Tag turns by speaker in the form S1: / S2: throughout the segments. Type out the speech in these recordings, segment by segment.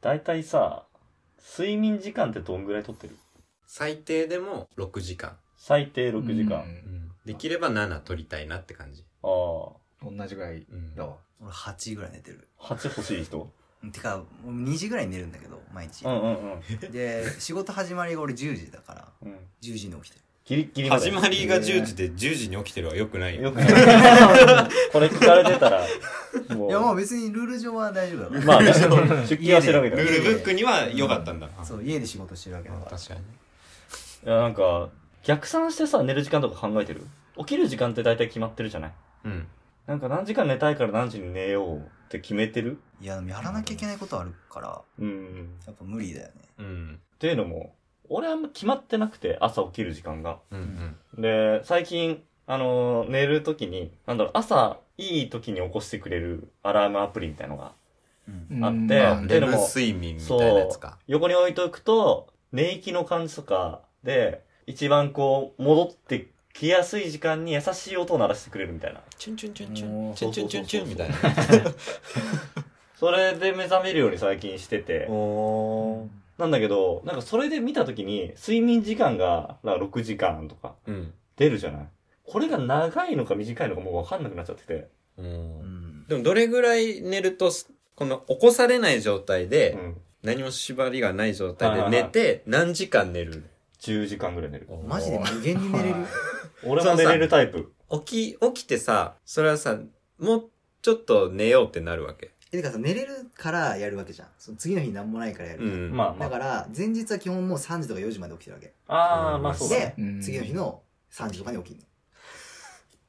S1: 大体さ、睡眠時間ってどんぐらい取ってる
S2: 最低でも6時間。
S1: 最低6時間。
S2: できれば7取りたいなって感じ。
S1: あ
S3: うん。同じぐらい
S2: うん
S3: だわ。
S4: 俺8時ぐらい寝てる。
S1: あ、8欲しい人
S4: てか、もう2時ぐらいに寝るんだけど、毎日
S1: う。んうんうん。
S4: で、仕事始まりが俺10時だから、
S1: うん、
S4: 10時に起きてる。
S1: ギリッギリまで。
S2: 始まりが10時で10時に起きてるは良くない
S1: よ
S2: よ。
S1: くない これ聞かれてたら、もう。
S4: いや、まあ別にルール上は大丈夫だから。
S1: まあね、出勤はしてるわけ
S2: ル
S1: だ
S2: ー
S1: から。
S2: ルブックには良かったんだ。
S4: そう、家で仕事してるわけだから。
S2: 確かに。
S1: いや、なんか、逆算してさ、寝る時間とか考えてる起きる時間って大体決まってるじゃない
S2: うん。
S1: なんか何時間寝たいから何時に寝ようって決めてる
S4: いや、でもやらなきゃいけないことあるから、
S1: うん。
S4: やっぱ無理だよね。
S2: うん。
S1: っていうのも、俺あんま決まってなくて、朝起きる時間が。
S2: うんうん。
S1: で、最近、あのー寝るときに、なんだろう、朝、いい時に起こしてくれるアラームアプリみたいのが、
S4: うん。
S1: あって
S2: まあ
S1: で
S2: レム
S1: でも
S2: 睡眠みたいなや
S1: そ
S2: つ
S1: う
S2: か。、
S1: 横に置いとくと、寝息の感じとかで、一番こう、戻ってきやすい時間に優しい音を鳴らしてくれるみたいな。
S2: チュンチュンチュンチ
S1: お
S2: ュン。
S1: ー
S2: チュンチュンチュンチュンみたいな。
S1: それで目覚めるように最近してて、
S2: お
S1: なんだけど、なんかそれで見たときに、睡眠時間が、なんか6時間とか
S2: うん。
S1: 出るじゃないこれが長いのか短いのかもうわかんなくなっちゃってて。
S2: うん
S4: うん。
S2: でもどれぐらい寝ると、この起こされない状態
S1: う
S2: で、
S1: ん。
S2: 何も縛りがない状態で寝て、何時間寝る
S1: 10時間ぐらい寝る。
S4: マジで無限に寝れる
S1: 俺も寝れるタイプ。
S2: 起き、起きてさ、それはさ、もうちょっと寝ようってなるわけ。
S4: え、てかさ、寝れるからやるわけじゃん。その次の日何もないからや
S2: う
S4: る。
S2: ん。
S1: まあま
S4: だ
S1: あ。
S4: から、前日は基本もう3時とか4時まで起きてるわけ。
S1: ああ、まあそうだね。
S4: で、
S3: うん
S4: 次の日の3時とかに起きるの。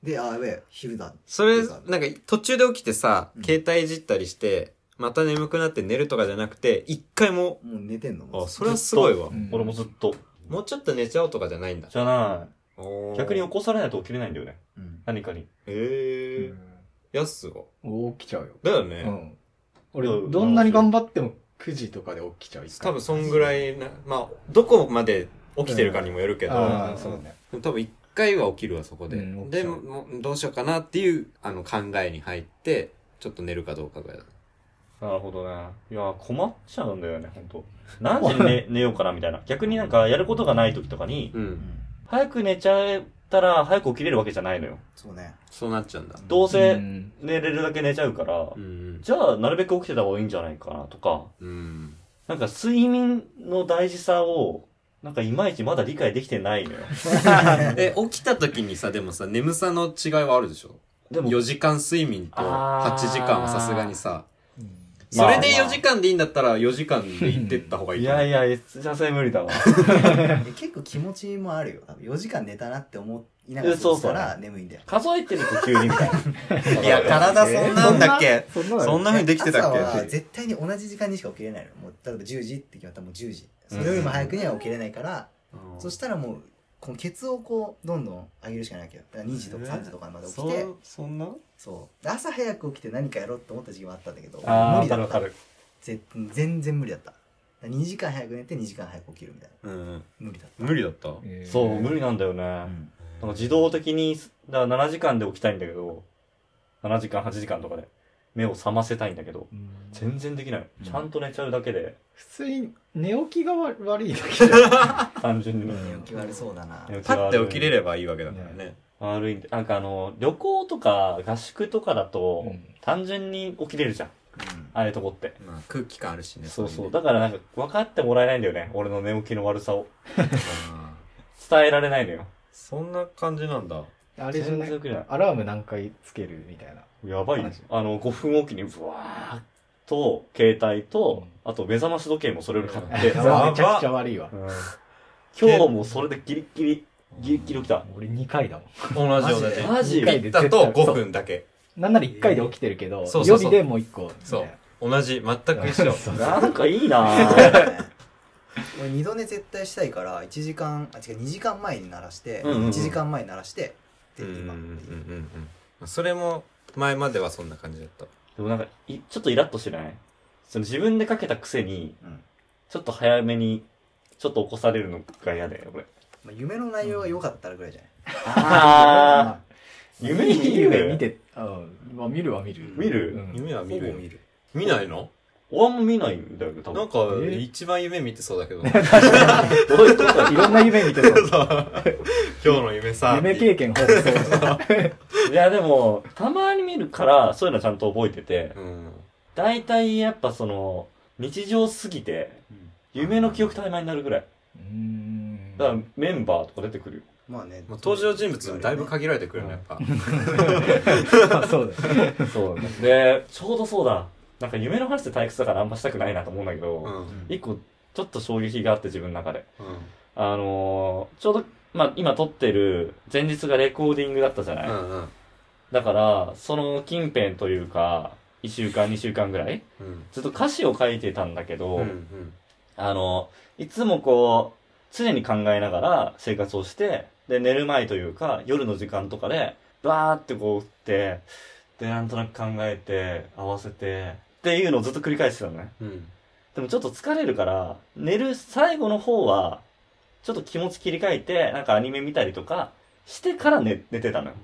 S4: で、あ、やべえ、昼だ。
S2: それ、なんか途中で起きてさ
S4: う、ん
S2: 携帯いじったりして、また眠くなって寝るとかじゃなくて、一回も、
S4: もう寝てんのもう
S2: あ、それはすごいわ
S3: う。ん
S1: 俺もずっと。
S2: もうちょっと寝ちゃおうとかじゃないんだ。
S1: じゃな
S2: お
S1: い。
S2: ー
S1: 逆に起こされないと起きれないんだよね。
S4: うん。
S1: 何かに。
S3: う
S2: ええ
S3: ん
S2: ー。やすご。
S3: 俺起きちゃうよ。
S2: だよ
S3: う
S2: ね。
S3: ん。俺
S1: う、ん
S3: どんなに頑張っても9時とかで起きちゃう。一回
S2: 多分そんぐらいな、まあ、どこまで起きてるかにもよるけど、
S3: ああ、
S1: うん
S3: そうだね。
S2: 多分一回は起きるわ、そこで。
S3: うん起き
S2: で、
S3: ちゃ
S2: も
S3: う
S2: もうどうしようかなっていう、あの、考えに入って、ちょっと寝るかどうかぐらいだ。
S1: なるほどね。いや、困っちゃうんだよね、本当何時に寝寝ようかな、みたいな。逆になんか、やることがない時とかに、
S2: うん。
S1: 早く寝ちゃえたら、早く起きれるわけじゃないのよ。
S4: そうね。
S2: そうなっちゃうんだ。
S1: どう
S3: う
S1: せ、
S3: ん
S1: 寝れるだけ寝ちゃうから
S2: う、ん。
S1: じゃあ、なるべく起きてた方がいいんじゃないかな、とか。
S2: うん。
S1: なんか、睡眠の大事さを、なんか、いまいちまだ理解できてないのよ。
S2: え、起きた時にさ、でもさ、眠さの違いはあるでしょ
S1: でも、
S2: ?4 時間睡眠と8
S1: あー
S2: 時間はさすがにさ、
S3: うん
S2: それで
S1: まあま
S2: 4
S1: あ
S2: 時間でいいんだったら4時間で行ってった方がいい
S1: い
S2: と思う。
S1: やいや、じゃあ、それ無理だわ。
S4: で結構気持ちもあるよ。多分4時間寝たなって思いながら
S1: えそ
S4: そうう
S1: そう
S4: したら眠いんだよ。
S1: 数えてると急にみ たいな。
S2: いや、体そんなんだっけ
S3: そんな
S2: そんな風にできてたっ
S4: 朝は
S2: け
S4: 絶対に同じ時間にしか起きれないの。もう例えば10時って決まったらもう10時。それよりも早くには起きれないから、そしたらもう、このケツをこう、どんどん上げるしかないわけど。だから2時とか3時とかまで起きて、
S2: そ、そんな
S4: そう。で朝早く起きて何かやろうと思った時期もあったんだけど、
S1: ああ、
S4: 無
S1: わ
S4: 理
S1: かる
S4: だ
S1: わ
S4: っ
S1: か
S4: た。
S1: る。
S4: ぜ全然無理だった。2時間早く寝て2時間早く起きるみたいな。
S2: うん。
S4: 無理だった。
S2: 無理だった
S1: そう、無理なんだよね。
S4: うん
S1: なんか自動的に、だから7時間で起きたいんだけど、7時間、8時間とかで目を覚ませたいんだけど、全然できない。
S4: うん
S1: ちゃんと寝ちゃうだけで、
S3: 普通に寝起きが悪いだけじゃん
S1: 単純に。
S4: 寝起き悪そうだな。
S2: パッて起きれ
S1: る。
S2: ればいいわけだからね。
S1: 悪いんで。なんかあの、旅行とか合宿とかだと、
S3: うん
S1: 単純に起きれるじゃん。ああいうとこって。
S2: まあ、空気感あるしね。
S1: そうそう。
S2: だ
S1: だからなんか分かってもらえないんだよね。俺の寝起きの悪さを。
S2: から。
S1: 伝えられないのよ。
S2: そんな感じなんだ。
S3: あれじゃな
S1: 全然起きれない
S3: いアラーム何回つけるみたいな
S1: やばいよ
S3: 話
S1: あの、5分おきに、ブワーっと、携帯と、あと目覚まし時計もそれを買 って、
S3: めち
S2: やば
S3: ゃくちゃ悪いわ
S1: うん今日もそれでギリッギリ、ギリッギリ起きた。
S3: 俺2回だも
S2: 同じ
S4: マジ
S2: 同
S4: で
S2: じ。
S1: マジ
S3: 一回
S2: だと5分だけ。
S3: んなんなら1回で起きてるけど
S2: ー
S3: 予
S2: そうそうそう
S3: 備でもう1個
S2: そう
S3: みたい。
S2: 同じ。全く一緒。
S3: そう
S1: なんかいいなぁ。
S4: 俺二度寝絶対したいから1時間あ違う2時間前に鳴らして、
S1: うんうんうん
S4: 1時間前に鳴らしてで
S2: うんうんうん
S4: 今、
S2: うんうん。それも、前まではそんな感じだった。
S1: でもなんか、いちょっとイラッとしてないその自分でかけたくせに、
S4: うん
S1: ちょっと早めに、ちょっと起こされるのが嫌で、俺。
S4: まあ、夢の内容が良かったらぐらいじゃない、
S1: あー、夢
S3: 見
S1: に
S3: る
S1: 夢
S3: 見
S1: 見て。
S3: てうんまあ見るは見る
S1: 見る
S3: うん
S2: 夢は見る
S4: ほ
S2: よ
S4: ぼ見る
S2: 見ないの
S1: おあんま見ないんだよね、多
S2: なん
S1: 分。
S2: か、
S3: え
S2: 一番夢見てそうだ けど。
S3: どういうこといろんな夢見てそう。
S2: 今日の夢さ。
S3: 夢経験豊富そう。
S1: いや、でも、たまに見るから、そういうのちゃんと覚えてて、
S2: うん。
S1: 大体やっぱその、日常すぎて、夢の記憶大枚になるぐらい。
S3: うーん。
S1: だからメンバーとか出てくるよ。
S4: まあね。
S2: もう登場人物もだいぶ限られてくるね、やっぱ。
S3: まあ そうだよね。
S1: そうね。で、ちょうどそうだ。なんか夢の話って退屈だからあんましたくないなと思うんだけ
S2: う
S1: ど、
S2: ん。
S1: 一個ちょっと衝撃があって自分の中で。
S2: うん。
S1: あのー、ちょうど、まあ今撮ってる前日がレコーディングだったじゃない、
S2: うんうん。
S1: だから、その近辺というか、1週間2週間ぐらい
S2: うん。
S1: ずっと歌詞を書いてたんだけど、
S2: うんうん。
S1: あの、いつもこう、常に考えながら生活をして、で、寝る前というか、夜の時間とかで、バーってこう打って、で、なんとなく考えて、合わせて、っていうのをずっと繰り返してたのね。
S2: うん。
S1: でもちょっと疲れるから、寝る最後の方は、ちょっと気持ち切り替えて、なんかアニメ見たりとか、してから寝、寝てたのよ。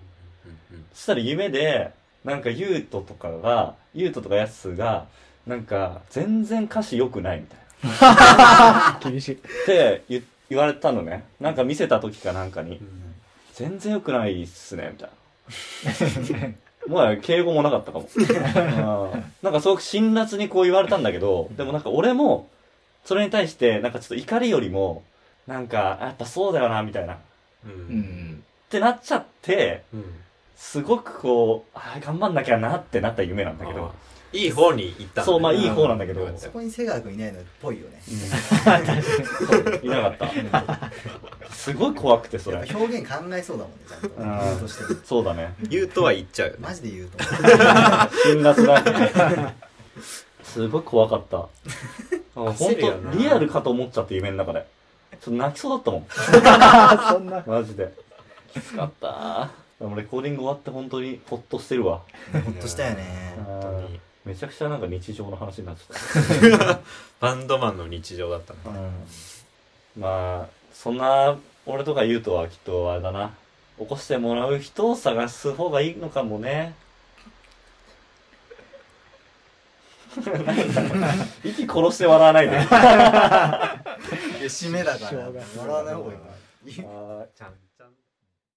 S1: そしたら夢で、なんかユートとかが、ユートとかヤスが、なんか、全然歌詞良くないみたいな。
S3: 厳し い。
S1: って言言われたのね。なんか見せた時かなんかに
S2: う、ん。
S1: 全然良くないっすね、みたいな。もう敬語もなかったかも。うんなんかすごく辛辣にこう言われたんだけど、でもなんか俺も、それに対して、なんかちょっと怒りよりも、なんか、やっぱそうだよな、みたいな。っ
S2: う。
S3: うんん。
S1: てなっちゃって、
S2: うん。
S1: すごくこう、あー頑張んなきゃなってなった夢なんだけど。
S2: あーいい方に行ったんだね
S1: そう、まあいい方なんだけど。
S2: よかった
S4: そ
S2: よ
S4: こに瀬川君いないのっぽいよね。
S1: うんいなかった。すごい怖くて、そ
S4: やっ
S1: れ。
S4: ぱ表現考えそうだもんね、ちゃんと。
S1: うん
S4: 理由としても
S1: そうだね。
S2: 言うとは言っちゃうよね
S4: マジで言う と。
S1: 辛辣だすごい怖か った本
S2: 焦るよな
S1: 当リアルかと思っちゃって夢の中でちょっと泣きそうだったもん
S3: そんな。
S1: マジできつかったでもレコーディング終わって本当にほっとしてるわ
S4: ほっとしたよね。
S2: 当に
S1: めちゃくちゃなんか日常の話になっちゃっ
S2: バンドマンの日常だったね
S1: た、まあそんな俺とか優斗はきっとあれだな起こしてもらう人を探す方がいいのかも ね息殺して笑わないで
S4: 締めだから
S3: しょうがない
S4: 笑わない方がいい。
S1: はい
S2: ちゃん